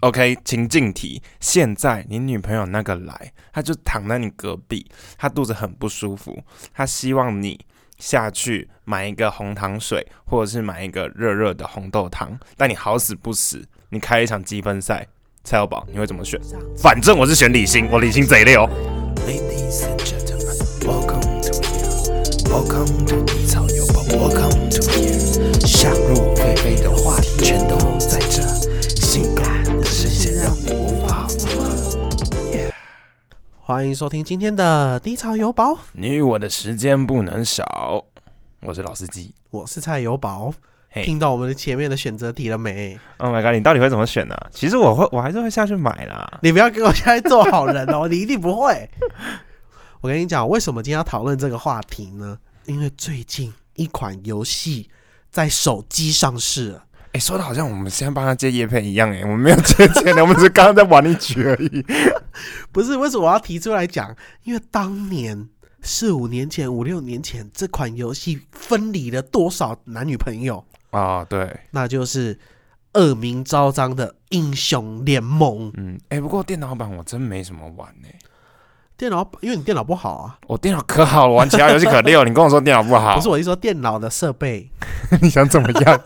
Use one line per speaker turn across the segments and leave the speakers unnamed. OK，情境题，现在你女朋友那个来，她就躺在你隔壁，她肚子很不舒服，她希望你下去买一个红糖水，或者是买一个热热的红豆汤，但你好死不死，你开一场积分赛，蔡小宝你会怎么选？反正我是选李欣，我李欣贼哦溜。
Ladies and gentlemen, welcome to here. Welcome to 低潮有宝，Welcome to here. 想入非非的话题全都在这，性感的视线让你无法负荷。
欢迎收听今天的低潮有宝，
你与我的时间不能少，我是老司机。
我是蔡有宝。
嘿
听到我们的前面的选择题了没？
Oh my god，你到底会怎么选呢、其实我会，我还是会下去买啦。
你不要给我现在做好人哦， 你一定不会。我跟你讲，为什么今天要讨论这个话题呢？因为最近一款游戏在手机上市了。
哎、说的好像我们现在帮他接叶配一样哎、我们没有接钱的，我们只是刚刚在玩一局而 已。
不是为什么我要提出来讲？因为当年四五年前、五六年前，这款游戏分离了多少男女朋友？
哦，对，
那就是恶名昭彰的《英雄联盟》
嗯，哎、不过电脑版我真没什么玩哎、
电脑，因为你电脑不好啊，
我电脑可好了，玩其他游戏可溜。你跟我说电脑不好，
不是我一说电脑的设备，
你想怎么样？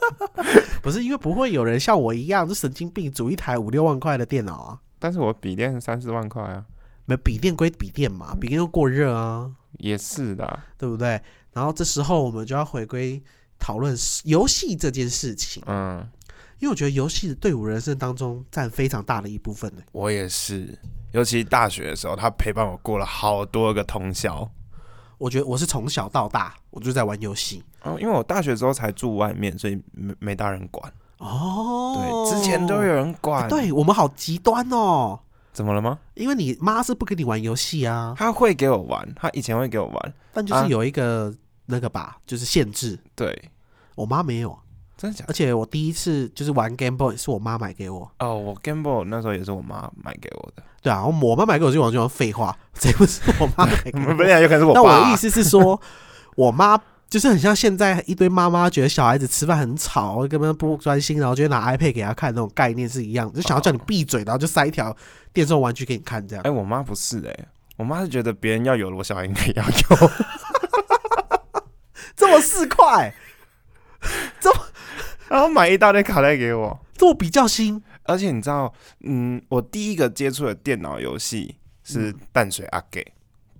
不是因为不会有人像我一样，就神经病组一台五六万块的电脑啊。
但是我笔电三四万块啊，
没笔电归笔电嘛，笔电又过热啊，
也是的。
对不对？然后这时候我们就要回归讨论游戏这件事情，
嗯，
因为我觉得游戏对我人生当中占非常大的一部分呢、
我也是，尤其大学的时候，他陪伴我过了好多个通宵。
我觉得我是从小到大我就在玩游戏
哦，因为我大学之后才住外面，所以没没大人管。
哦
对，之前都有人管。，
对我们好极端哦，
怎么了吗？
因为你妈是不跟你玩游戏啊，
他会给我玩，他以前会给我玩。
但就
啊
是有一个、那个吧，就是限制。
对，
我妈没有，
真的假的
而？且我第一次就是玩 Game Boy 是我妈买给我，
哦，我 Game Boy 那时候也是我妈买给我 的。
对啊，我妈买给我就玩就玩废话，这不是我妈买 给我。
来有可能是我啊
那我的意思是说，我妈就是很像现在一堆妈妈觉得小孩子吃饭很吵，根本不专心，然后就会拿 iPad 给他看那种概念是一样的，就想要叫你闭嘴，然后就塞一条电动玩具给你看这样
哎、。我妈不是哎、我妈是觉得别人要有的，我小孩应该也要有。
这么四块，
然后买一大堆卡带给我。
这么比较心，
而且你知道，嗯，我第一个接触的电脑游戏是淡水阿给，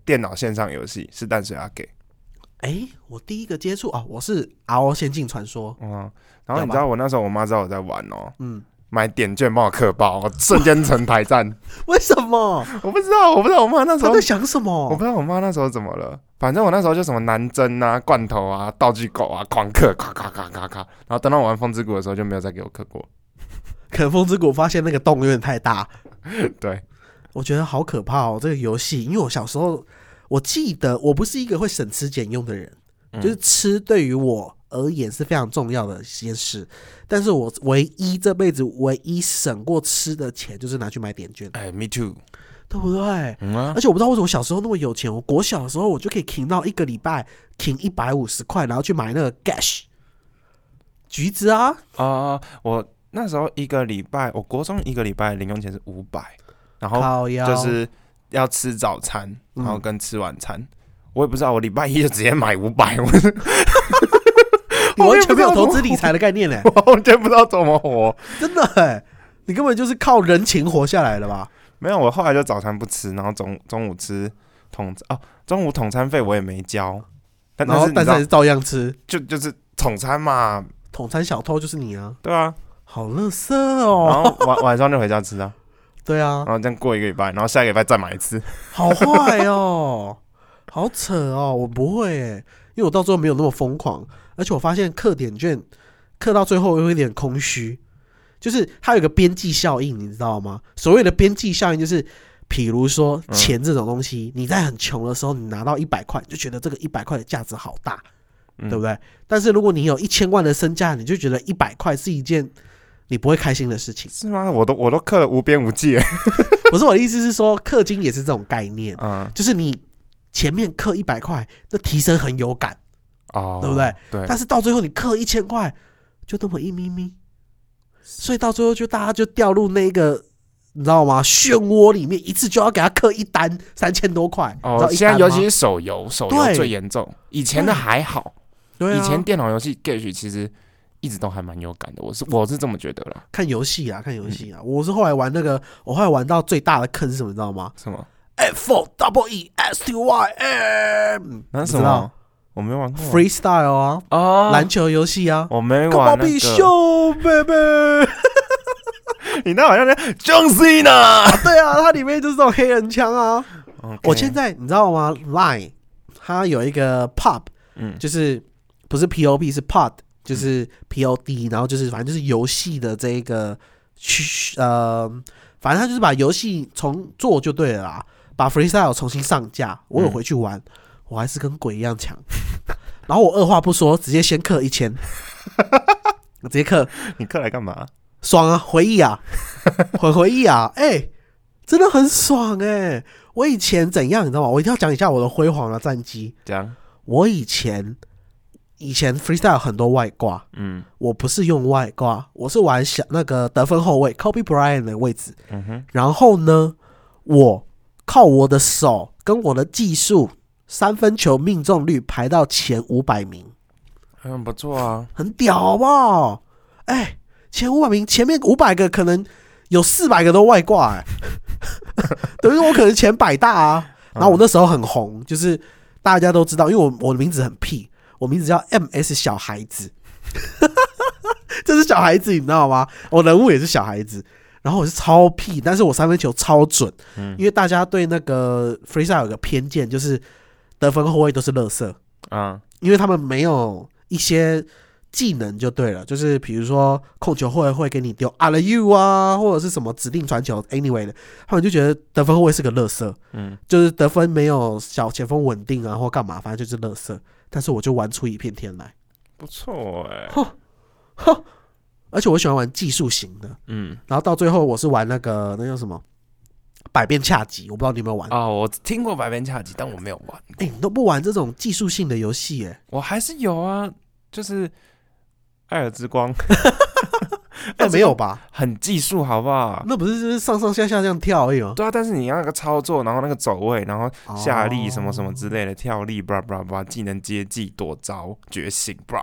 电脑线上游戏是淡水阿给。
哎，我第一个接触啊，我是 RO 仙境传说，
嗯，然后你知道我那时候我妈知道我在玩哦、
嗯，
买点券帮我刻包，我瞬间成台战。
为什么？
我不知道，我不知道我妈那时
他
候
在想什
我
么
不？知道我妈那时候怎么了，反正我那时候就什么南针啊、罐头啊、道具狗啊，狂刻，咔咔咔咔咔。然后等到我玩风之谷的时候，就没有再给我刻过。
可能风之谷发现那个洞有点太大，
对，
我觉得好可怕哦，这个游戏。因为我小时候，我记得我不是一个会省吃俭用的人，
嗯
就是吃对于我而言是非常重要的一件事。但是我唯一这辈子唯一省过吃的钱，就是拿去买点券，
哎，me too。
对不对？
嗯啊
而，且我不知道为什么小时候那么有钱，我国小的时候我就可以停到一个礼拜停一百五十块，然后去买那个 gash 橘子啊，
啊，我那时候一个礼拜，我国中一个礼拜零用钱是五百，然后
烤腰
就是要吃早餐，
嗯
然后跟吃晚餐。我也不知道，我礼拜一就直接买五百，我
你
我
完
也不
全
知
没
道
有投
怎么
资理财的概念嘞、
我完全不知道怎么活。
真的、欸，你根本就是靠人情活下来的吧？
没有，我后来就早餐不吃，然后中中午吃统哦，中午统餐费我也没交，但
然
但
后
是你
但
知道
是还是照样吃。
就就是统餐嘛，
统餐小偷就是你啊，
对啊，
好乐色
然
哦。
后晚晚上就回家吃 啊，
对啊
然，后这样过一个礼拜，然后下个礼拜再买一次，
好坏哦，好扯哦，我不会诶，因为我到最后没有那么疯狂，而且我发现刻点券刻到最后有一点空虚，就是它有个边际效应，你知道吗？所谓的边际效应就是。比如说
嗯
钱这种东西，你在很穷的时候，你拿到一百块，你就觉得这个一百块的价值好大，
嗯
对不对？但是如果你有一千万的身价，你就觉得一百块是一件你不会开心的事情。
是吗？我都我都刻了无边无际，
不是我的意思是说，氪金也是这种概念，
嗯，
就是你前面氪一百块，那提升很有感，
哦，
对不对？
对，
但是到最后你氪一千块，就那么一咪咪，所以到最后就大家就掉入那个你知道吗漩涡里面，一次就要给他刻一单三千多块。你知
哦
道，一
现在
单
尤
吗
其是手游，手游
对
最严重。以前的
对
还好，
对啊
以前电脑游戏 Gage 其实一直都还蛮有感的，我是我是这么觉得啦。
看游戏啊，看游戏
嗯
啊，我是后来玩那个，我后来玩到最大的坑是什么，你知道吗
什么？
？F four double E S T Y M，
那
你
什
知道
么？我没玩过
freestyle 啊，
哦，
篮球游戏啊，
我没
干嘛
玩那
必
个。
秀，baby。
你那好像在 John Cena。
对啊，它里面就是这种黑人腔啊。我现
在
在你知道吗？Line 它有一个 pop，
嗯
就是不是 pop 是 pod，就是 pod，然后就是反正就是游戏的这一个去呃，反正它就是把游戏重做就对了啦，把 freestyle 重新上架。我有
嗯
回去玩，我还是跟鬼一样强。然后我二话不说，直接先氪一 千，我直接氪
你课来干嘛？
爽啊，回 忆啊，很回忆啊，哎、真的很爽哎、我以前怎样，你知道吗？我一定要讲一下我的辉煌的战绩。
讲，
我以前以前 freestyle 很多外挂，
嗯
我不是用外挂，我是玩小那个得分后卫 Kobe Bryant 的位置。
嗯哼，
然后呢，我靠我的手跟我的技术，三分球命中率排到前五百名。
很不错啊。
很屌，好不好？哎、前五百名，前面五百个可能有四百个都外挂、哎，等于我可能前百大啊。然后我那时候很红，就是大家都知道，因为我我的名字很屁，我名字叫 MS 小孩子，这是小孩子，你知道吗？我人物也是小孩子。然后我是超屁，但是我三分球超准，因为大家对那个 freestyle 有个偏见，就是得分后卫都是垃圾，
啊，
因为他们没有一些技能就对了，就是比如说控球后卫会给你丢 I love you 啊，或者是什么指定传球，anyway 的，他们就觉得得分后卫是个垃圾，
嗯，
就是得分没有小前锋稳定啊，或干嘛，反正就是垃圾。但是我就玩出一片天来，
不错哎。
而且我喜欢玩技术型的，
嗯，
然后到最后我是玩那个那叫什么百变恰吉，我不知道你有没有玩，哎、
哦，我听过百变恰吉，但我没有玩。
你都不玩这种技术性的游戏 耶，
我还是有啊，就是《爱尔之光》
那没有吧？
很技术，好不好？
那不是就是上上下下这样跳而已吗？
对啊，但是你要那个操作，然后那个走位，然后下力什么什
哦
么之类的，跳力，bra bra bra，技能接技躲招觉醒，bra。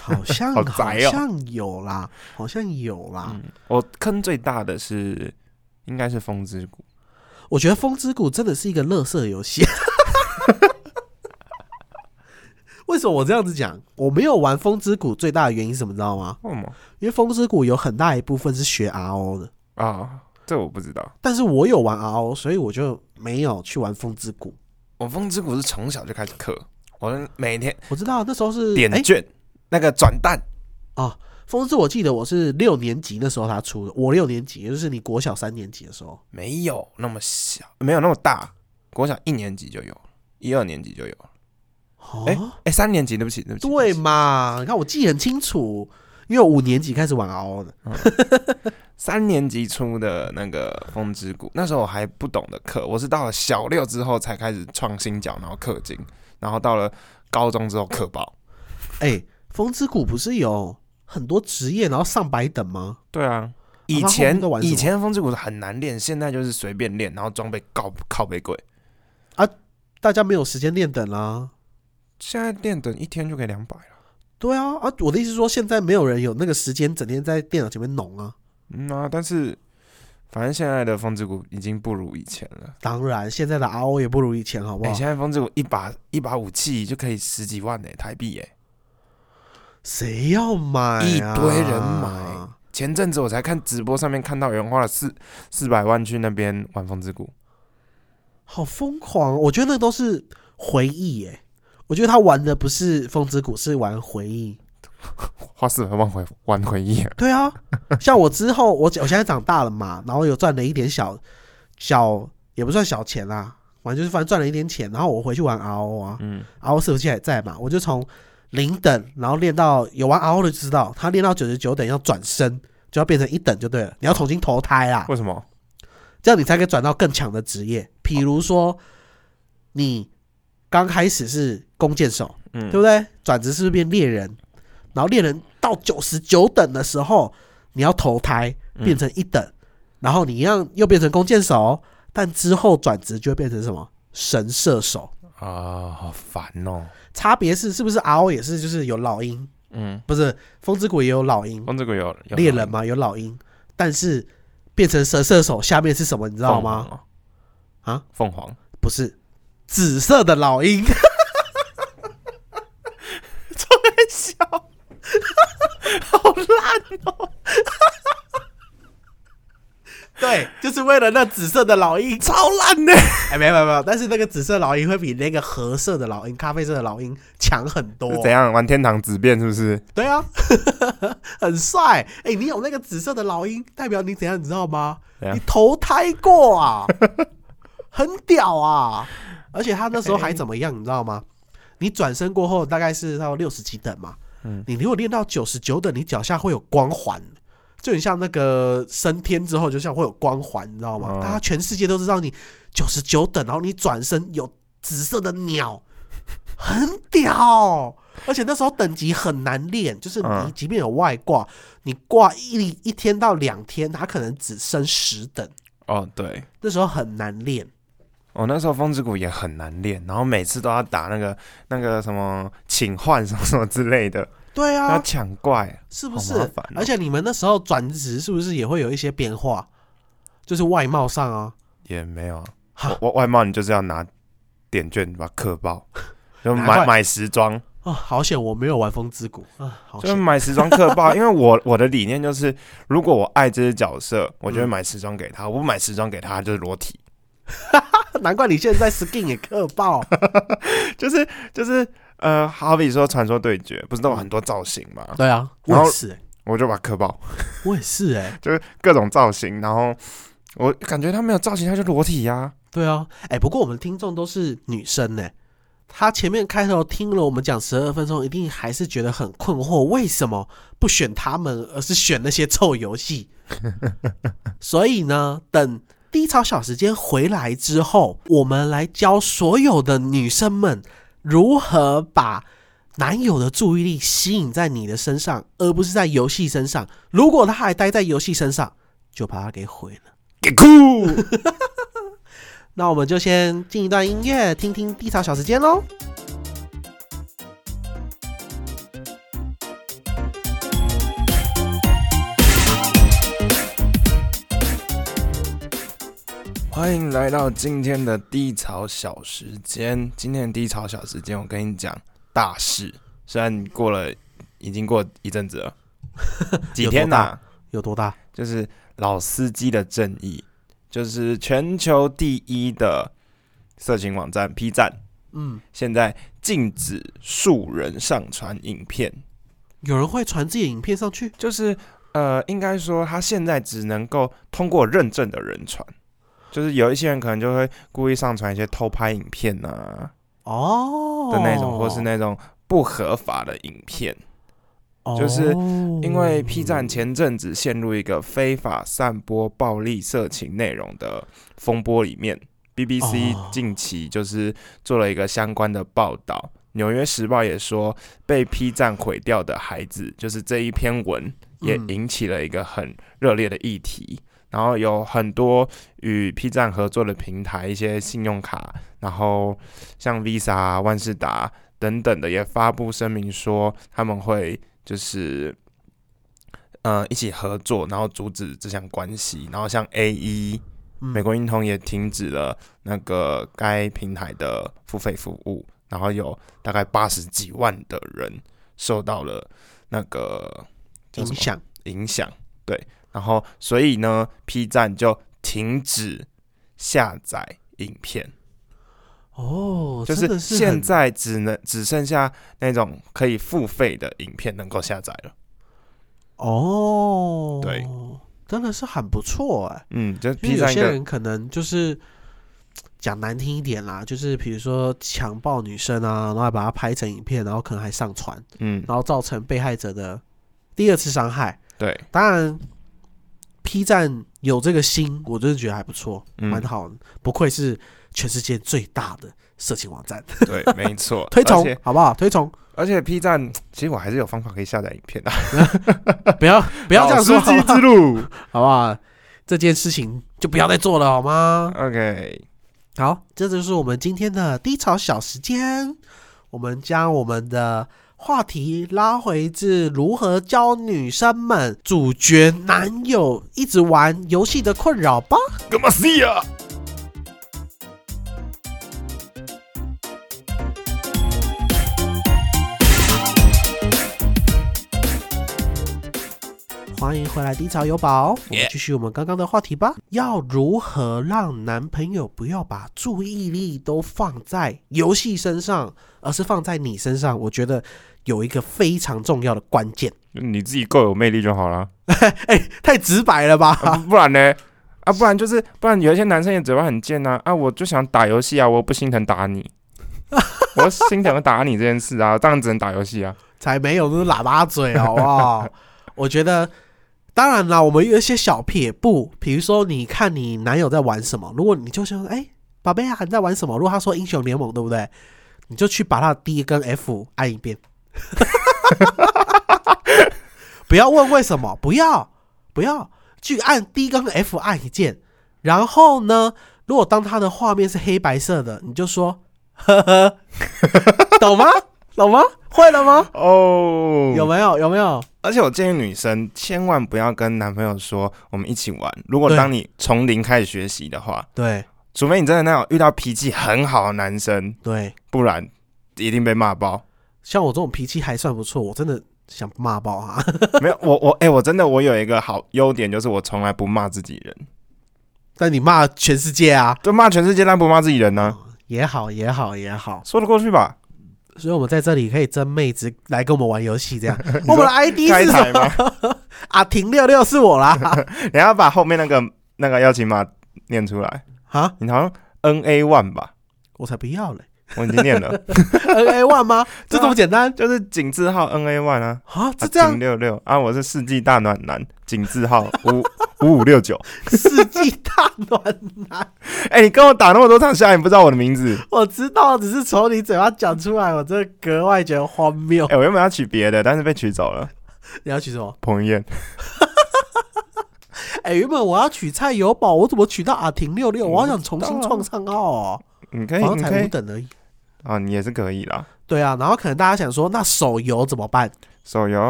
好 像
好
好
宅哦
像有啦，好像有啦。
嗯，我坑最大的是应该是风之谷，
我觉得《风之谷》真的是一个乐色游戏。 为什么我这样子讲？我没有玩《风之谷》最大的原因是什么？你知道吗？
为什么
因为《风之谷》有很大一部分是学 RO 的，
啊？这我不知道。
但是我有玩 RO，所以我就没有去玩《风之谷
我风之谷是从小就开始氪，我每天》。
我知道那时候是
点
哎，
券、那个转蛋，
风之谷》我记得我是六年级那时候他出的，我六年级，也就是你国小三年级的时候。
没有那么小，没有那么大。国小一年级就有了，一二年级就有了，
哦
哎哎，三年级对不起，对不起，
对
不起
嘛？你看我记得很清楚，因为我五年级开始玩 RO 的。
三年级出的那个《风之谷》，那时候我还不懂得氪，我是到了小六之后才开始创新角，然后氪金，然后到了高中之后氪爆。
哎、风之谷不是有很多职业，然后上百等吗？
对啊，
那
以
哦后
前
面都玩什么
以前《风之谷》是很难练，现在就是随便练，然后装备靠靠背贵。
大家没有时间练等啊啦、
现在练等一天就可以两百了，
对啊，啊，我的意思是说，现在没有人有那个时间整天在电脑前面弄啊。
嗯啊，但是反正现在的《风之谷》已经不如以前了。
当然，现在的 RO 也不如以前，好不
哎、
好？
现在风之谷一把一把武器就可以十几万呢、台币哎、
谁要买、啊
一堆人买。前阵子我才看直播上面看到有人花了四四百万去那边玩风之谷，
好疯狂！啊我觉得那都是回忆耶、我觉得他玩的不是风之谷，是玩回忆。
花四百万回玩回忆、啊。
对啊，像我之后，我我现在长大了嘛，然后有赚了一点小小，也不算小钱啦，反正就是反正赚了一点钱，然后我回去玩 RO 啊、
嗯，
r o 伺服器还在嘛，我就从零等，然后练到有玩 RO 的就知道，他练到九十九等要转身，就要变成一等就对了，你要重新投胎啦，
为什么？
这样你才可以转到更强的职业，比如说你刚开始是弓箭手，
嗯
对不对？转职是不是变猎人？然后猎人到九十九等的时候，你要投胎
嗯
变成一等，然后你一样又变成弓箭手，但之后转职就会变成什么神射手。
啊，好烦哦。
差别是是不是 RO 也是就是有老鹰，
嗯，
不是风之谷也有老鹰，
光这个有哦有
猎人嘛有老鹰，但是变成神射手下面是什么你知
知
道吗？？啊，
凤凰，
不是紫色的老鹰， 哦对，就是为了那紫色的老鹰，超烂的。哎，没有没有没有，但是那个紫色老鹰会比那个褐色的老鹰、咖啡色的老鹰强很多。
是怎样玩天堂之变是不是？
对啊， 很帅。哎、你有那个紫色的老鹰，代表你怎样，你知道吗？
怎样
你投胎过啊， 很屌啊！而且他那时候还怎么样，你知道吗？你转身过后大概是到六十几等嘛，
嗯
你如果练到九十九等，你脚下会有光环，就很像那个升天之后，就像会有光环，你知道吗？
哦
大家全世界都知道你九十九等，然后你转身有紫色的鸟，很屌。而且那时候等级很难练，就是你
嗯
即便有外挂，你挂一一天到两天，它可能只升十等，
哦，对，
那时候很难练。
我哦那时候风之谷也很难练，然后每次都要打那个那个什么请唤什么什么之类的，
对
要
啊，
抢怪。
是不是
好麻烦哦？
而且你们那时候转职是不是也会有一些变化？就是外貌上啊，
也没有啊
哈，
我我外贸你就是要拿点券把它刻爆，就
难怪
买买时装，
哦，好险我没有玩风之谷啊，好
就是
险。
买时装刻爆。因为我我的理念就是，如果我爱这只角色，我就会买时装给他；我不买时装给他，他就是裸体。
难怪你现在 skin 也克爆，
就是就是呃，好比说传说对决，不是都有很多造型嘛？
对啊，我
然后
也是、欸，
我就把它刻爆，
我也是、欸，
就是各种造型。然后我感觉他没有造型，他就裸体呀、
对啊，哎、不过我们听众都是女生呢、她前面开头听了我们讲十二分钟，一定还是觉得很困惑，为什么不选他们，而是选那些臭游戏？ 所以呢，等低潮小时间回来之后，我们来教所有的女生们如何把男友的注意力吸引在你的身上，而不是在游戏身上。如果他还待在游戏身上，就把他给毁了。
给酷。
那我们就先进一段音乐，听听低潮小时间喽。
欢迎来到今天的低潮小时间。今天的低潮小时间，我跟你讲大事，虽然过了已经过一阵子了， 几天呐、
有多大？
就是老司机的正义，就是全球第一的色情网站 P 站，
嗯，
现在禁止素人上传影片，
有人会传自己的影片上去
就是呃，应该说他现在只能够通过认证的人传，就是有一些人可能就会故意上传一些偷拍影片啊
哦
的那种，或是那种不合法的影片。
哦
就是因
嗯
为 P 站前阵子陷入一个非法散播暴力色情内容的风波里面，BBC
哦
近期就是做了一个相关的报道。纽约时报也说，被 P 站毁掉的孩子，就是这一篇文也
嗯
引起了一个很热烈的议题。然后有很多与 P 站合作的平台，一些信用卡，然后像 Visa 啊、万事达等等的，也发布声明说他们会就是呃一起合作，然后阻止这项关系。然后像 A 一、
嗯
美国运通也停止了那个该平台的付费服务，然后有大概八十几万的人受到了那个叫
影
什么
响
影响，对，然后所以呢，P 站就停止下载影片，
哦，
就
真的是
现
很
在只能只剩下那种可以付费的影片能够下载了。
哦，
对，
真的是很不错哎、
嗯，就是 P
因为有
站一
些
个
人可能就是讲难听一点啦，就是比如说强暴女生啊，然后还把它拍成影片，然后可能还上传，
嗯，
然后造成被害者的第二次伤害。
对，
当然 P 站有这个心，我真的觉得还不错，
嗯
蛮好的，不愧是全世界最大的色情网站，
对，没错，
推崇
而且
好不好？推崇，
而且 P 站，其实我还是有方法可以下载影片的、啊。
不要不要这样说，
老司
好
机
不好
之？路。
好不好？这件事情就不要再做了，好吗？
OK，
好，这就是我们今天的低潮小时间。我们将我们的话题拉回至如何教女生们主角男友一直玩游戏的困扰吧。
干嘛 see 啊？
欢迎回来，低潮有宝。我们
Yeah
继续我们刚刚的话题吧。要如何让男朋友不要把注意力都放在游戏身上，而是放在你身上？我觉得有一个非常重要的关键。
你自己够有魅力就好了、
哎、太直白了吧？
啊不不然呢？啊，不然就是不然，有一些男生也嘴巴很贱呐、啊。我就想打游戏啊，我又不心疼打 你，我心疼打你这件事啊，当然只能打游戏啊。
才没有，那是喇叭嘴，好不好？ 我觉得，当然啦，我们有一些小撇步，比如说，你看你男友在玩什么，如果你就想，哎、宝贝啊，你在玩什么？如果他说英雄联盟，对不对？你就去把他的 D 跟 F 按一遍， 不要问为什么，不要不要去按 D 跟 F 按一键，然后呢，如果当他的画面是黑白色的，你就说呵呵， 懂吗？懂吗？会了吗？
哦
有没有？有没有？
而且我建议女生千万不要跟男朋友说我们一起玩。如果
对
当你从零开始学习的话，
对
除非你真的那种遇到脾气很好的男生，
对，
不然一定被骂爆。
像我这种脾气还算不错，我真的想骂爆啊！
没有，我我哎、我真的我有一个好优点，就是我从来不骂自己人，
但你骂全世界啊，
就骂全世界，但不骂自己人呢、
也好，也好，也好。
说得过去吧？
所以我们在这里可以争妹子来跟我们玩游戏， 这样。我们的 ID 是什
开台
么？啊，婷六六是我 啦。
你要把后面那个那个邀请码念出来，
啊，
你好像 N A one 吧？
我才不要嘞
我已经念了，
！N A one 吗？ 这这么简单
就是井字号 N A one 啊，
啊？
啊
就这样
井，六六啊，我是世纪大暖男，井字号五五五六九。
世纪大暖男，
哎、你跟我打那么多场下来，你不知道我的名字？
我知道，只是从你嘴巴讲出来，我真的格外觉得荒谬
哎、。我原本要取别的，但是被取走了。
你要取什么？
彭于晏，
哎、原本我要取蔡友宝，我怎么取到阿婷六六？
嗯
我好想重新创账号哦，
你可以，
好像
你可
才五
以
等而已。
啊，你也是可以啦。
对啊，然后可能大家想说，那手游怎么办？
手游，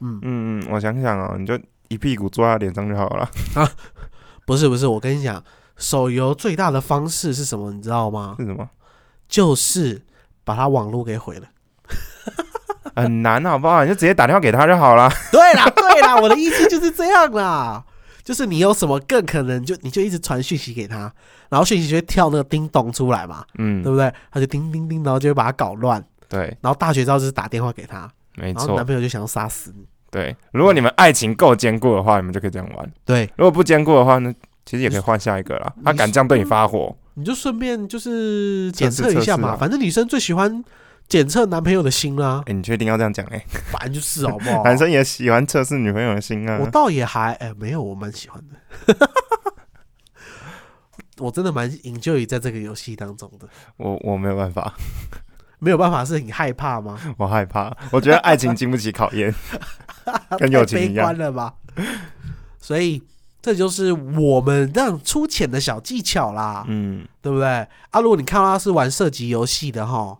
嗯，
嗯嗯，我想想哦，你就一屁股坐在脸上就好了。
不是不是，我跟你讲，手游最大的方式是什么？你知道吗？
是什么？
就是把它网络给毁了。
很难，好不好？你就直接打电话给他就好了。
对 啦对啦，我的意思就是这样啦。就是你有什么更可能，你就你就一直传讯息给他，然后讯息就会跳那个叮咚出来嘛，对
嗯，
不对？他就叮叮叮，然后就会把他搞乱，
对，
然后大绝招就是打电话给他，
没
然后男
错，
朋友就想要杀死你。
对。如果你们爱情够坚固的话，你们就可以这样玩；
对，
如果不坚固的话呢，其实也可以换下一个啦。他敢这样对你发火，
你就顺便就是
测
检
试
测一下
测
嘛，
试啊
反正女生最喜欢检测男朋友的心啦、
哎，你确定要这样讲？哎，
反正就是好不好？
男生也喜欢测试女朋友的心啊
我。倒也还哎、没有，我蛮喜欢的， 我真的蛮 enjoy 在这个游戏当中的。
我我没有办法，
没有办法，是你害怕吗？
我害怕，我觉得爱情经不起考 验， 跟友情
太
一
悲
样
观。了吧？所以这就是我们这样粗浅的小技巧啦，
嗯，
对不对？啊，如果你看到他是玩射击游戏的哈，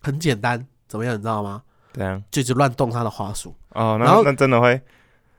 很简单，怎么样？你知道吗？
这样
就一直乱动他的滑鼠，
啊哦，
然
那
后
那真的会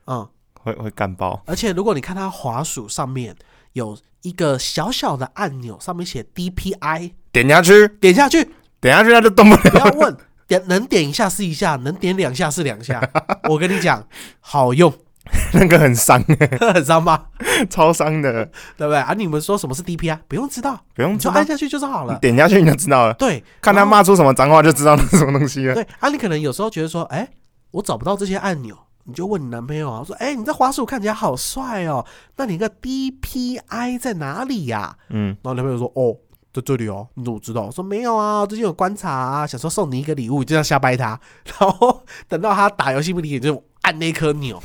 嗯，
会会干爆。
而且如果你看它滑鼠上面有一个小小的按钮，上面写 DPI，
点下去，
点 下去，
点下去他就动不了。
不要问，点能点一下是一下，能点两下是两 下。我跟你讲，好用，
那个很伤，
很伤吧？
超伤的，
对不对啊？你们说什么是 DPI？不用知道，
不用
你
知
就
道
按，下去就是好
你
了。哦
点下去你就知道了。
对，
嗯看他
然后
骂出什么脏话就知道那是什么东西了。
对啊，你可能有时候觉得说，哎，我找不到这些按钮，你就问你男朋友啊，说，哎，你这滑鼠看起来好帅哦，那你那个 DPI 在哪里呀、
嗯，
然后男朋友说：“哦，在这里哦。”你怎么知道？我说没有啊，最近有观察啊，想说送你一个礼物，就这样瞎掰他。然后等到他打游戏不理你，就按那颗钮，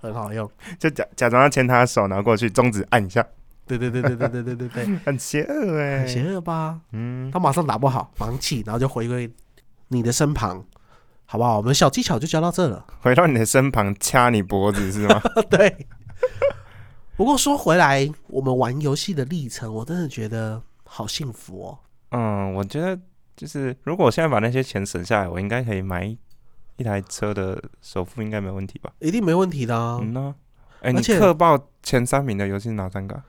很好用。
就假假装要牵他的手，然后过去中指按一下，
对对对对对对对对对，
很邪恶哎、
很邪恶吧？
嗯，
他马上打不好，忙气，然后就回归你的身旁，好不好？我们小技巧就教到这了。
回到你的身旁掐你脖子是 吗？
对。不过说回来，我们玩游戏的历程，我真的觉得好幸福哦。
嗯，我觉得就是如果我现在把那些钱省下来，我应该可以买一一台车的首付，应该没问题吧？
一定没问题的、啊。
嗯呢、哎、
而
你
且
克爆前三名的游戏是哪三个啊？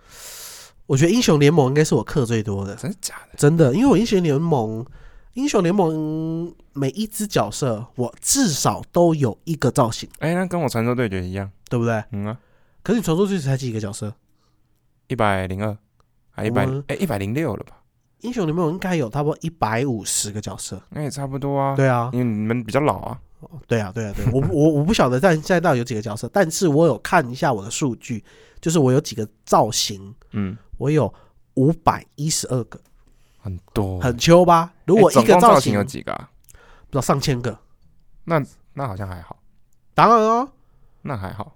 我觉得英雄联盟应该是我氪最多的，
真的假的？
真的，因为我英雄联盟，英雄联盟每一只角色我至少都有一个造型，
哎、那跟我传说对决一样。
对不对？
嗯啊，
可是你传说最才几个角色？
一百零二，还一百
我
哎一百零六了吧？
英雄联盟应该有差不多一百五十个角色。
那也差不多啊。，
对啊，
因为你们比较老啊。
对啊，对啊，对啊，我不我我不晓得但现在到底有几个角色，但是我有看一下我的数据，就是我有几个造型，
嗯，
我有五百一十二个，
很多。
很秋吧？如果
哦哎
一
总
个
共造
型
有几个、啊？
不知道上千个，
那好像还好，
当然哦，
那还好。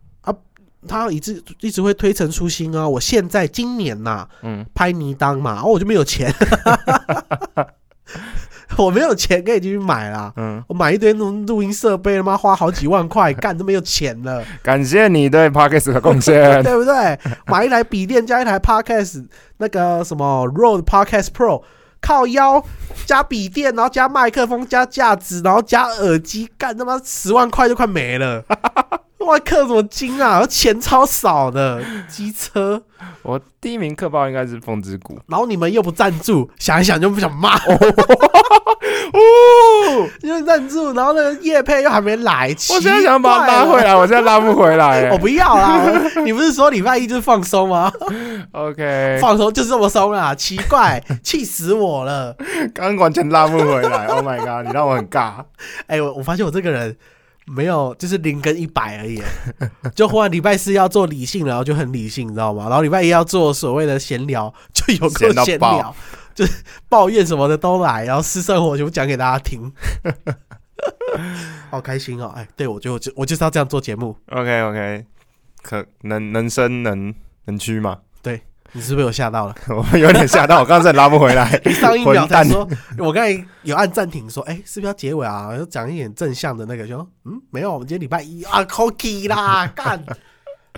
他一直一直会推陈出新啊。我现在今年呐、
嗯，
拍泥当嘛，哦，我就没 有钱，我没有钱可以去买啦。
嗯，
我买一堆那种录音设备，他妈花好几万 块，干都没有钱了。
感谢你对 Podcast 的贡 献。
对不对？买一台笔电加一台 Podcast 那个什么 Rode Podcast Pro，靠腰加笔电，然后加麦克风，加架子，然后加耳机，干他妈十万块就快没了。我氪什么金啊？钱超少的，机车。
我第一名克爆应该是风之谷。
然后你们又不赞助，想一想就不想骂我。
哦，
因为赞助，然后那个叶配又还没来，
我现在想把它拉回
来。
来，我现在拉不回来。
我不要啦！我你 不是说礼拜一就是放松吗？
OK，
放松就是这么松啦，奇怪，气死我了！
刚刚完全拉不回来。Oh my god，你让我很尬。
哎、我我发现我这个人没有，就是零跟一百而已。就忽然礼拜四要做理性，然后就很理性，你知道吗？然后礼拜一要做所谓的闲聊，就有
闲到
够闲
爆
聊，就是抱怨什么的都来，然后私生活全部讲给大家听。 好开心哦！哎，对我就我就我就是要这样做节目，
OK OK，可能能伸能能屈 吗？
你是不是有吓到了？
我有点吓到，我刚才拉不回 来。
你上一秒
混
才
蛋
说，我刚才有按暂停说，哎、是不是要结尾啊？要讲一点正向的那个，就说嗯，没有，我们今天礼拜一啊 c o k i 啦，干，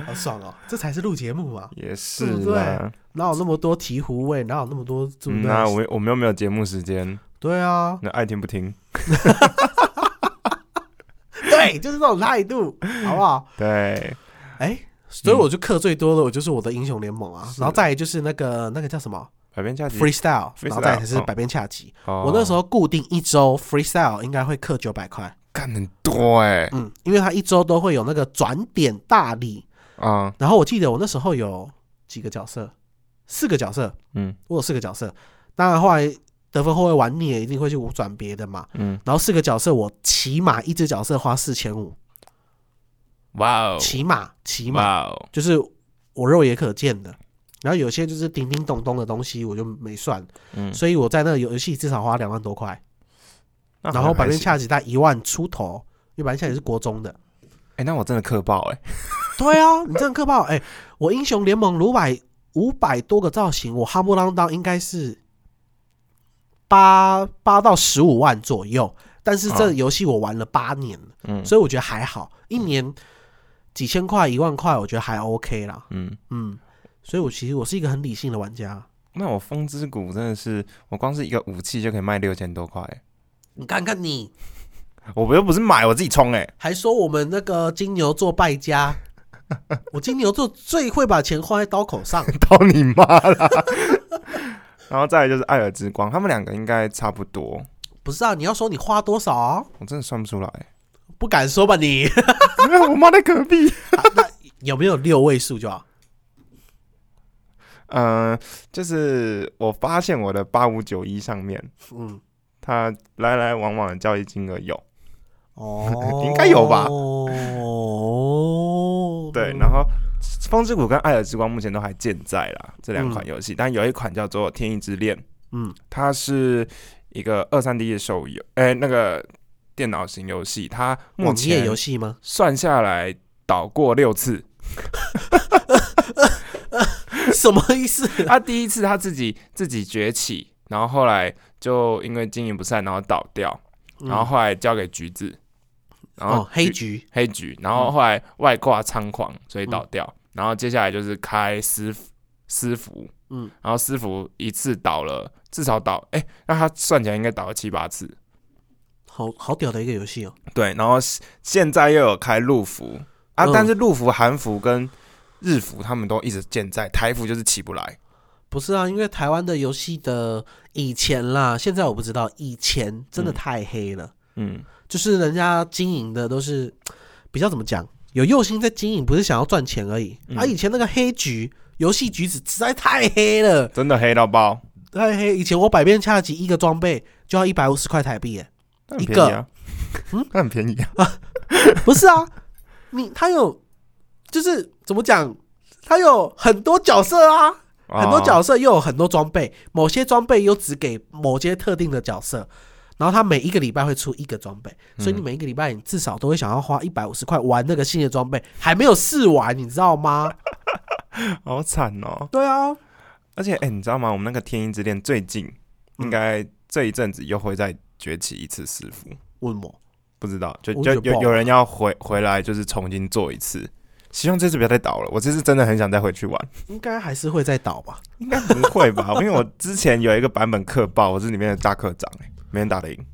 好爽哦，这才是录节目嘛，
也是
对不
啦，
哪有那么多醍醐味，哪有那么多对不
嗯
对？
那我我们又没有节目时间，
对啊，
那爱听不听？
对，就是这种态度，好不好？
对，
哎、所以我就氪最多
嗯
的，我就是我的英雄联盟啊，然后再来就是那个那个叫什么
百变恰吉。
freestyle，然后再来
freestyle，
才是
哦
百变恰吉。
哦
我那时候固定一周 freestyle 应该会氪九百块，
干很多哎，
嗯，因为它一周都会有那个转点大礼，
啊，
然后我记得我那时候有几个角色，四个角色，
嗯
我有四个角色。当然后来得分后卫玩腻也一定会去转别的嘛。
嗯，
然后四个角色，我起码一只角色花四千五，
哇哦，
起码起码
哇哦，
就是我肉眼可见的。然后有些就是叮叮咚咚的东西，我就没算，
嗯，
所以我在那个游戏至少花两万多块，
那
然
好
后
像
百
还
变
行
恰吉在一万出头，因为百变恰吉是国中的。
哎，那我真的克爆哎，
对啊，你真的克爆！哎、我英雄联盟五百五百多个造型，我哈不啷当应该是八八到十五万左右。但是这
啊
游戏我玩了八年了，
嗯
所以我觉得还好，一年几千块、一万块，我觉得还 OK 啦。
嗯。
嗯，所以我其实我是一个很理性的玩家。
那我风之谷真的是，我光是一个武器就可以卖六千多块欸，
你看看你，
我又不是买，我自己充哎、
还说我们那个金牛座败家，我金牛座最会把钱花在刀口上。
到你妈啦！ 然后再来就是艾尔之光，他们两个应该差不多，
不是啊，你要说你花多少啊？
我真的算不出来、
不敢说吧你？
我妈在隔壁。
有没有六位数就好？
嗯、就是我发现我的八五九一上面，
嗯，
它来来往往的交易金额有
哦
应该有吧
哦，
对，然后风之谷跟艾尔之光目前都还健在啦，这两款游戏，但有一款叫做《天翼之恋》，
嗯，
它是一个二三 D 的手游，哎、那个电脑型游戏，它目
网页
前
游戏吗？
算下来倒过六次。
什么意思？
他啊第一次他自己自己崛起，然后后来就因为经营不善，然后倒掉， 然后后来交给橘子，然后
嗯哦，黑
橘
局
黑橘，然后后来外挂猖狂，所以倒掉。然后接下来就是开私服私服，
嗯
嗯，然后私服一次倒了，至少倒，哎、那他算起来应该倒了七八次。
好好屌的一个游戏哦。
对，然后现现在又有开陆服啊，
嗯
但是陆服、韩服跟日服他们都一直健在，台服就是起不来。
不是啊，因为台湾的游戏的以前啦，现在我不知道，以前真的
嗯
太黑了，
嗯，
就是人家经营的都是比较怎么讲，有用心在经营，不是想要赚钱而已。
嗯
啊，以前那个黑局游戏局子实在太黑了，
真的黑到爆，
太黑。以前我百变恰吉一个装备就要一百五十块台币耶，
那很
一
便宜啊，
嗯
嗯， 那很便宜啊，
不是啊，你他有就是怎么讲，他有很多角色啊，
哦
很多角色又有很多装备，某些装备又只给某些特定的角色，然后他每一个礼拜会出一个装备，所以你每一个礼拜你至少都会想要花一百五十块玩那个新的装备，还没有试完，你知道吗？
好惨哦。
对啊，
而且，哎、你知道吗？我们那个《天鹰之恋》最近
嗯
应该这一阵子又会再崛起一次师傅，
问我
不知道就
我
就
觉得
有
哦爆啊
有
了
人要回回来，就是重新做一次。希望这次不要再倒了，我这次真的很想再回去玩。
应该还是会再倒吧？
应该不会吧？ 因为我之前有一个版本克爆，我是里面的大课长、欸，没人打得赢。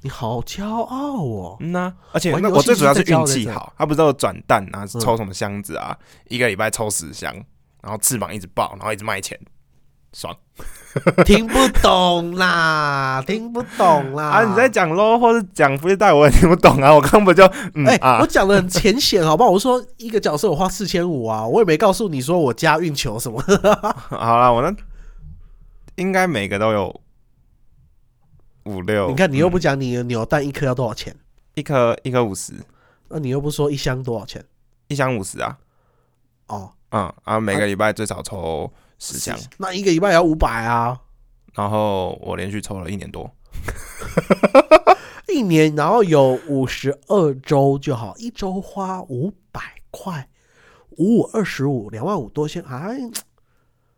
你好骄傲哦，
嗯呐、而且
玩
那
游戏
我最主要是
就是
运
教
气
人
好，他不知道转蛋啊，
嗯
抽什么箱子啊，一个礼拜抽十箱，然后翅膀一直爆，然后一直卖钱，爽
听不 懂啦，听不懂啦
啊！你在讲喽，或是讲福利带，我也听不懂啊，我根本就嗯、
哎、
啊
我，讲的很浅显，好不好？我说一个角色我花四千五啊，我也没告诉你说我加运球什么的。
好啦，我那应该每个都有五六，
你看，你又不
嗯
讲你的扭蛋一颗要多少钱，
一颗一颗五十，
那、你又不说一箱多少钱
一箱五十啊，
哦？
嗯啊，每个礼拜最少抽十箱。
那一个礼拜也要五百啊，
然后我连续抽了一年多，
一年然后有五十二周就好，一周花五百块，五五二十五，两万五多些，哎，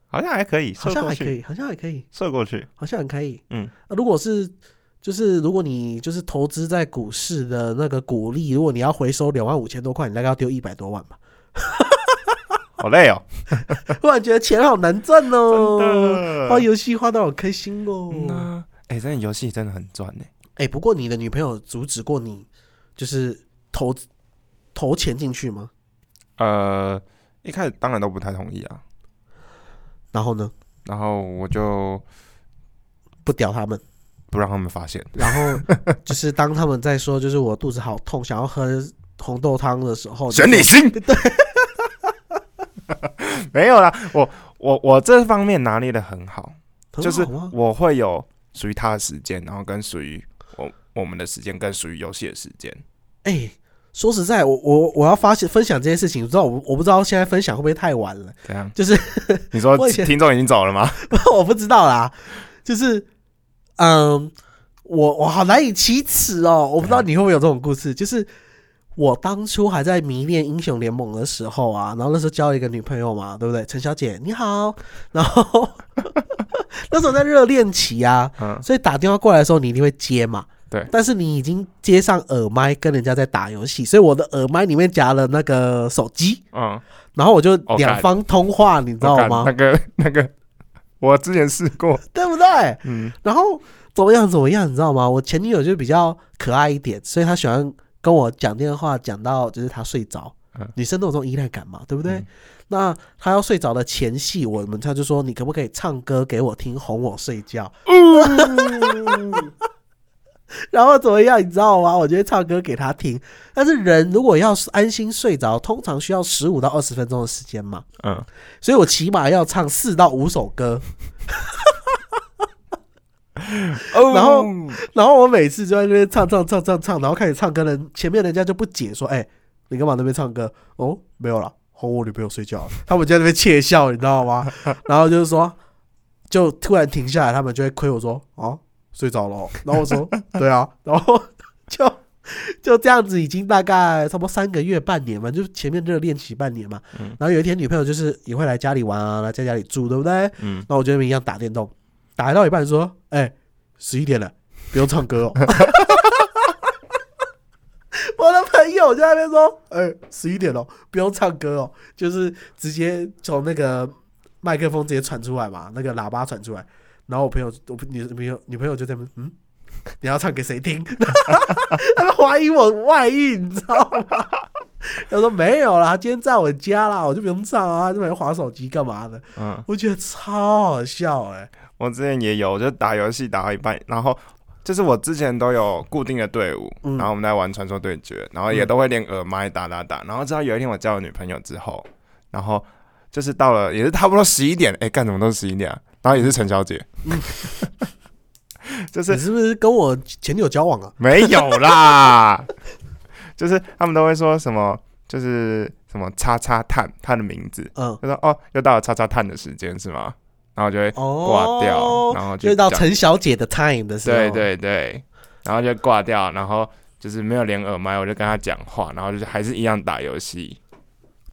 好像还可以，
好
射
像
过
还可
去，
以，好像还可以，
射过去，
好像还可以。
嗯
啊如果是就是如果你就是投资在股市的那个股利，如果你要回收两万五千多块，你大概要丢一百多万吧。
好累哦，
突然觉得钱好难赚 哦，
真
花
的。
游戏花的好开心哦。
嗯啊哎，真的游戏真的很赚欸呢。
哎、不过你的女朋友阻止过你，就是投投钱进去吗？
呃，一开始当然都不太同意啊，
然后呢，
然后我就
不屌 他们，
不让他们发现。
然后就是当他们在说就是我肚子好痛，想要喝红豆汤的时候，
选
你
你心，对， 没有啦，我我我这方面拿捏的很好，
就
就
很
是
好啊吗？
我会有属于他的时间，然后跟属于我我们的时间，跟属于游戏的时间。
哎、说实在，我我我要发现分享这些事情，我知道我我不知道现在分享会不会太晚了，
怎样？
就是
你说
我以前
听众已经走了吗？
我不知道啦，就是嗯，我我好难以启齿哦，我不知道你会不会有这种故事，就是。我当初还在迷恋英雄联盟的时候啊，然后那时候交了一个女朋友嘛，对不对？陈小姐你好，然后 那时候在热恋期啊，
嗯
所以打电话过来的时候你一定会接嘛。
对
但是你已经接上耳麦跟人家在打游戏，所以我的耳麦里面夹了那个手机，
嗯，
然后我就
哦
两
干哦
方通话，你知
我
道
敢
吗
那？个 那个，我之前试过，
对不对？
嗯，
然后怎么样怎么样，你知道吗？我前女友就比较可爱一点，所以她喜欢跟我讲电话，讲到就是她睡着。
嗯
女生都有这种依赖感嘛，对不对？
嗯
那她要睡着的前戏，我们她就说：“你可不可以唱歌给我听，哄我睡觉？”
嗯
然后怎么样，你知道吗？我就会唱歌给她听。但是人如果要安心睡着，通常需要十五到二十分钟的时间嘛，
嗯，
所以我起码要唱四到五首歌。
哦
然后
嗯
然后我每次就在那边唱唱唱唱唱，然后开始唱歌人，前面人家就不解说：“哎、你干嘛那边唱歌？”哦，没有啦，哄我女朋友睡觉了。他们就在那边窃笑，你知道吗？ 然后就是说，就突然停下来，他们就会亏我说：“啊，睡着了哦、然后我说：“对啊。”然后就就这样子，已经大概差不多三个月、半年嘛，就前面热恋期半年嘛。
嗯
然后有一天，女朋友就是也会来家里玩啊，来在家里住，对不对？
嗯，
那我就跟他们一样打电动，打到一半说：“哎、十一点了，不用唱歌哦。”我的朋友就在那边说：“哎、十一点了，不用唱歌哦。”就是直接从那个麦克风直接传出来嘛，那个喇叭传出来。然后我朋友，我女女朋友女朋友就在那边，嗯，你要唱给谁听？ 他们怀疑我外遇，你知道吗？他说没有啦，今天在我家啦，我就不用唱啊，就没划手机干嘛的。
嗯，
我觉得超好笑哎、
我之前也有，我就打游戏打到一半，然后就是我之前都有固定的队伍，
嗯
然后我们在玩传说对决，然后也
嗯
都会练耳麦打打打，然后直到有一天我交了女朋友之后，然后就是到了也是差不多十一点，哎、干什么都是十一点啊，然后也是陈小姐， 就是
你是不是跟我前女友交往啊？
没有啦， 就是他们都会说什么，就是什么叉叉探他的名字，
嗯，
就说哦，又到了叉叉探的时间是吗？然后就会挂掉，
哦，
然后就
就是到
讲
陈小姐的 time 的时候，
对，对对，然后就挂掉，然后就是没有连耳麦，我就跟他讲话，然后就是还是一样打游戏。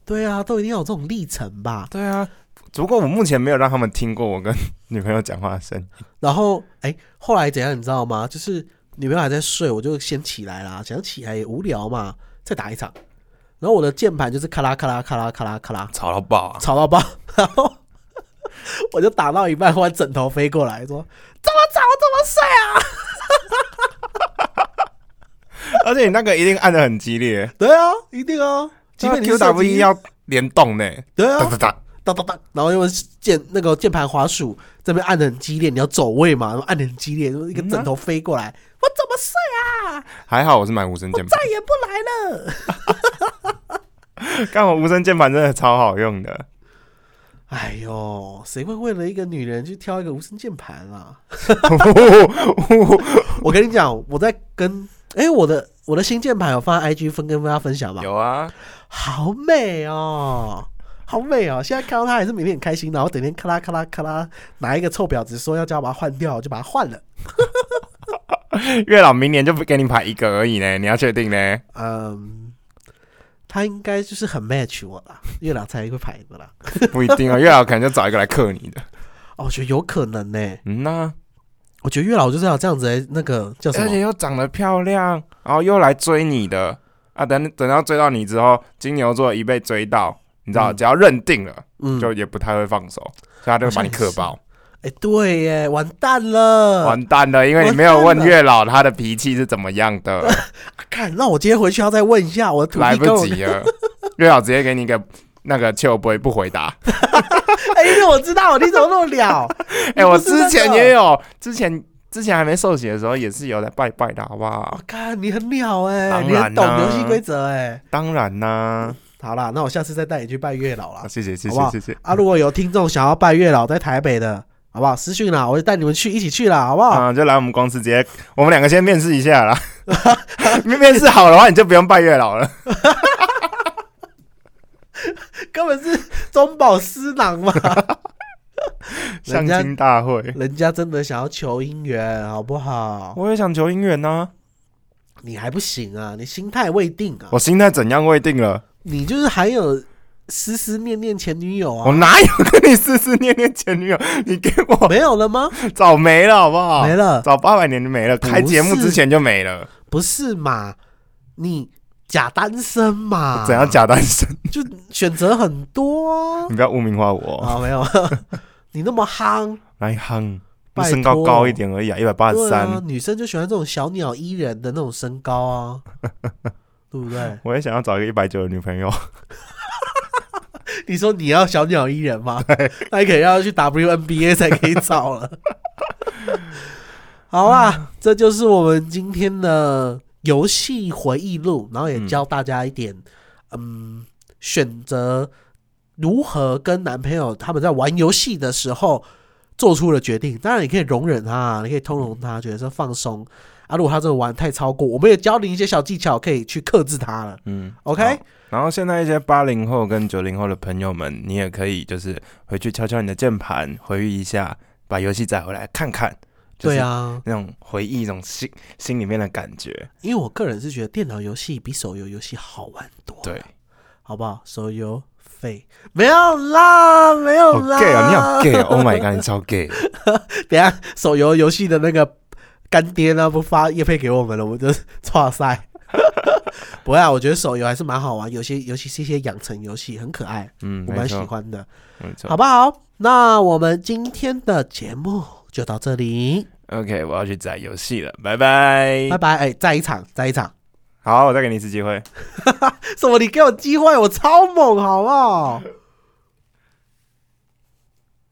对啊，都一定要有这种历程吧。
对啊，只不过我目前没有让他们听过我跟 女朋友讲话的声音。
然后哎、后来怎样你知道吗？就是女朋友还在睡，我就先起来啦，想起来也无聊嘛，再打一场。然后我的键盘就是咔啦咔啦咔啦咔啦咔啦，
吵到爆啊！
吵到爆， 然后我就打到一半，忽然枕头飞过来说：“这么早怎么睡啊？”
而且你那个一定按的很激烈，
对啊，一定啊，即便你是
Q
手
W
机
E 要联动呢，
对
哒
啊
哒，哒。
当当当，然后因为键那个键盘滑鼠这边按的很激烈，你要走位嘛，然后按的很激烈，一个枕头飞过来，我怎么睡啊？
还好我是买无声键
再
盘，
也不来了。
刚好无声键盘真的超好用 的。
哎呦，谁会为了一个女人去挑一个无声键盘啊？ 我跟你讲，我在跟哎、我的我的新键盘有放在 IG 分跟大家分享吧，
有啊，
好美哦。好美哦！现在看到它还是每天很开心的。然后整天咔啦咔啦咔啦，哪一个臭婊子说要叫我把它换掉，我就把它换了。
月老明年就不给你排一个而已呢，你要确定呢？
嗯，他应该就是很 match 我啦，月老才会排的啦。
不一定啊，月老可能就找一个来克你的。
哦，我觉得有可能呢、
嗯呐、
我觉得月老就是要这样子、欸，那个叫什
而且
么？
又长得漂亮，然后又来追你的啊！等等到追到你之后，金牛座一被追到，你知道，
嗯
只要认定了，
嗯，
就也不太会放手，所以他就会把你
好像也
克
是
爆，
哎、对耶，完蛋了！
完蛋了，因为你没有
完
问
蛋了
月老他的脾气是怎么样的，
啊看，那我今天回去要再问一下 我的土
来
地公。
不及了，月老直接给你一个那个秋杯不回答。
哎、我知道，你怎么那么了？
哎、
你
我
不是那
之前
个
也有，之前之前还没受洗的时候也是有来拜拜的，好不好
我？看你很了哎、
当
你很
然啊
懂
啦
游戏规则哎。
当然啦、
好啦，那我下次再带你去拜月老啦
啊，。谢谢谢
好不
谢
好
谢谢，
啊，如果有听众想要拜月老，在台北的，好不好？私讯啦，我就带你们去，一起去啦，好不好？
啊、就来我们公司直接，我们两个先面试一下啦。 面面试好的话，你就不用拜月老了。
根本是中饱私囊嘛。
相
人家
亲大会，
人家真的想要求姻缘，好不好？
我也想求姻缘啊呐、
你还不行啊，你心态未定啊，
我心态怎样我也定了，
你就是还有思思念念前女友
我
啊，
哪有跟你思思念念前女友？你给我
没有了吗？
早没了好不好？
没了，
早八百年就没了，
不是
开节目之前就没了。
不是嘛？你假单身嘛？
怎样？假单身？
就选择很多啊
你不要污名化我，
啊，啊没有， 你那么夯，
来哼，
拜托
身高高一点而已啊，一百八十
对啊
三。，
女生就喜欢这种小鸟依人的那种身高啊，对不对？
我也想要找一个一百九的女朋友，
啊你说你要小鸟依人 吗？那你可能要去 WNBA 才可以找了。 好啦，这就是我们今天的游戏回忆录，然后也教大家一点，嗯选择如何跟男朋友他们在玩游戏的时候做出了决定。当然，你可以容忍他，你可以通融他，觉得说放松。啊，如果他真的玩太超过，我们也教你一些小技巧，可以去克制他了。
嗯
OK，
好然后现在一些八零后跟九零后的朋友们，你也可以就是回去敲敲你的键盘，回忆一下，把游戏载回来看看，就是
对啊，
那种回忆，一种心心里面的感觉。
因为我个人是觉得电脑游戏比手游游戏好玩多，
对，
好不好？手游废没有啦，没有
好
啦。
gay 哦，你好 gay 哦，Oh my god，你超 gay。
等一下手游游戏的那个干爹呢，不发叶配给我们了，我们就 哇塞。不会啊，我觉得手游还是蛮好玩，有些尤其是一些养成游戏很可爱，
嗯，
我
没
蛮喜
错，
欢的，
没错。
好不好？那我们今天的节目就到这里，
OK，我要去载游戏了，拜拜
拜。拜！哎、再一场，再一场，
好，我再给你一次机会。
什么？你给我机会，我超猛，好不好？